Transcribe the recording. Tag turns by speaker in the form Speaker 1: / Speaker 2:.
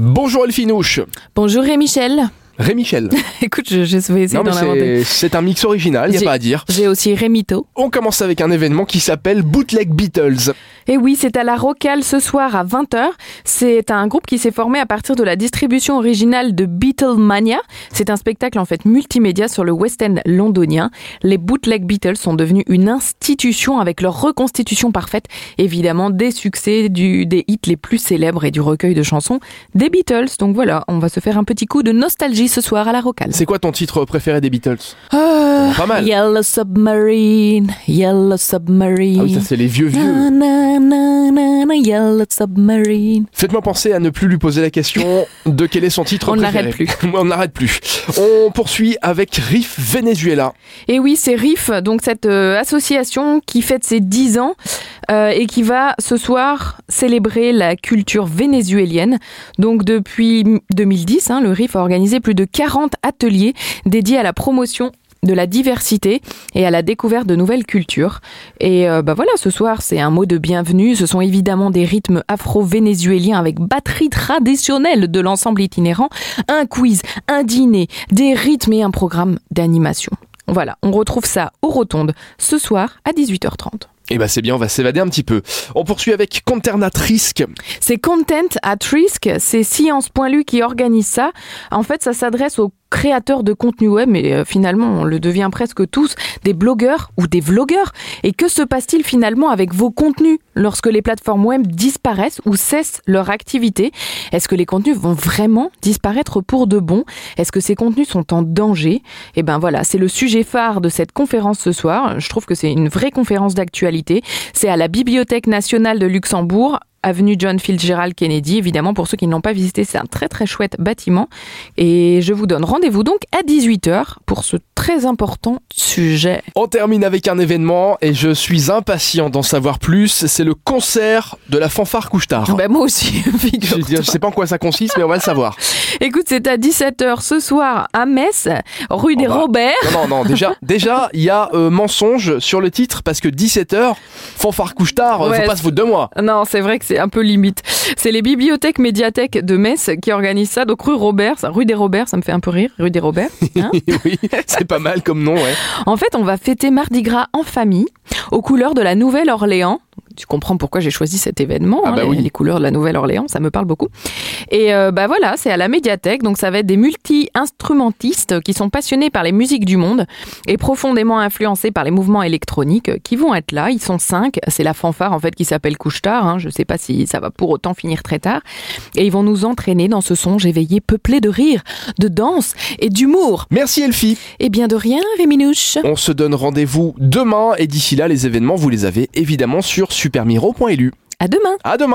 Speaker 1: Bonjour Elfinouche
Speaker 2: Bonjour et Michel.
Speaker 1: Rémichel.
Speaker 2: Écoute, je, je vais essayer
Speaker 1: Non, mais
Speaker 2: d'en inventer.
Speaker 1: c'est- c'est un mix original, y a
Speaker 2: J'ai-
Speaker 1: pas à dire.
Speaker 2: J'ai aussi Rémito.
Speaker 1: On commence avec un événement qui s'appelle Bootleg Beatles.
Speaker 2: Et Eh oui, c'est à la Rocale ce soir à 20h. C'est un groupe qui s'est formé à partir de la distribution originale de Beatlemania. C'est un spectacle en fait multimédia sur le West End londonien. Les bootleg Beatles sont devenus une institution avec leur reconstitution parfaite, évidemment des succès, du, des hits les plus célèbres et du recueil de chansons des Beatles. Donc voilà, on va se faire un petit coup de nostalgie ce soir à la Rocale.
Speaker 1: C'est quoi ton titre préféré des Beatles
Speaker 2: Ah.
Speaker 1: Pas mal.
Speaker 2: Yellow Submarine, Yellow Submarine.
Speaker 1: Ah oui, ça c'est les vieux vieux.
Speaker 2: Na, na, na, na, na, Yellow Submarine.
Speaker 1: Faites-moi penser à ne plus lui poser la question de quel est son titre
Speaker 2: On ne
Speaker 1: préféré.
Speaker 2: l'arrête plus.
Speaker 1: Ouais, On n'arrête plus. On poursuit avec Riff Venezuela.
Speaker 2: Et oui, c'est RIF, donc cette euh, association qui fête ses 10 ans euh, et qui va ce soir célébrer la culture vénézuélienne. Donc depuis m- 2010, hein, le RIF a organisé plus de 40 ateliers dédiés à la promotion de la diversité et à la découverte de nouvelles cultures. Et euh, bah voilà, ce soir, c'est un mot de bienvenue. Ce sont évidemment des rythmes afro-vénézuéliens avec batterie traditionnelle de l'ensemble itinérant, un quiz, un dîner, des rythmes et un programme d'animation. Voilà, on retrouve ça aux rotondes ce soir à 18h30.
Speaker 1: Eh ben c'est bien, on va s'évader un petit peu. On poursuit avec Conternat Risk.
Speaker 2: C'est Content at Risk, c'est Science.lu qui organise ça. En fait, ça s'adresse aux créateurs de contenu web, mais euh, finalement, on le devient presque tous, des blogueurs ou des vlogueurs. Et que se passe-t-il finalement avec vos contenus lorsque les plateformes web disparaissent ou cessent leur activité Est-ce que les contenus vont vraiment disparaître pour de bon Est-ce que ces contenus sont en danger Eh ben voilà, c'est le sujet phare de cette conférence ce soir. Je trouve que c'est une vraie conférence d'actualité. C'est à la Bibliothèque nationale de Luxembourg, avenue John Fitzgerald Kennedy. Évidemment, pour ceux qui ne l'ont pas visité, c'est un très très chouette bâtiment. Et je vous donne rendez-vous donc à 18h pour ce très important sujet.
Speaker 1: On termine avec un événement et je suis impatient d'en savoir plus. C'est le concert de la fanfare Couche-Tard.
Speaker 2: Ben, moi aussi,
Speaker 1: Je, veux
Speaker 2: figure-toi.
Speaker 1: dire, je sais pas en quoi ça consiste, mais on va le savoir.
Speaker 2: Écoute, c'est à 17h ce soir à Metz, rue des
Speaker 1: bah.
Speaker 2: Robert.
Speaker 1: Non, non, non, déjà, déjà, il y a euh, mensonge sur le titre parce que 17h, fanfare couche tard, euh,
Speaker 2: Ouais,
Speaker 1: faut pas se foutre de moi.
Speaker 2: Non, c'est vrai que c'est un peu limite. C'est les bibliothèques médiathèques de Metz qui organisent ça. Donc rue Robert, ça- rue des Robert, ça me fait un peu rire, rue des Robert. hein.
Speaker 1: oui, c'est pas mal comme nom, ouais.
Speaker 2: En fait, on va fêter Mardi Gras en famille, aux couleurs de la Nouvelle-Orléans. Tu comprends pourquoi j'ai choisi cet événement,
Speaker 1: Ah
Speaker 2: hein,
Speaker 1: bah
Speaker 2: les,
Speaker 1: oui.
Speaker 2: les couleurs de la Nouvelle-Orléans, ça me parle beaucoup. Et euh, bah voilà, c'est à la médiathèque, donc ça va être des multi-instrumentistes qui sont passionnés par les musiques du monde et profondément influencés par les mouvements électroniques euh, qui vont être là. Ils sont cinq, c'est la fanfare en fait qui s'appelle Couche-Tard, hein, je sais pas si ça va pour autant finir très tard. Et ils vont nous entraîner dans ce songe éveillé peuplé de rire, de danse et d'humour.
Speaker 1: Merci Elfie.
Speaker 2: Et bien de rien, Réminouche
Speaker 1: On se donne rendez-vous demain et d'ici là, les événements, vous les avez évidemment sur supermiro.lu.
Speaker 2: À demain
Speaker 1: À demain!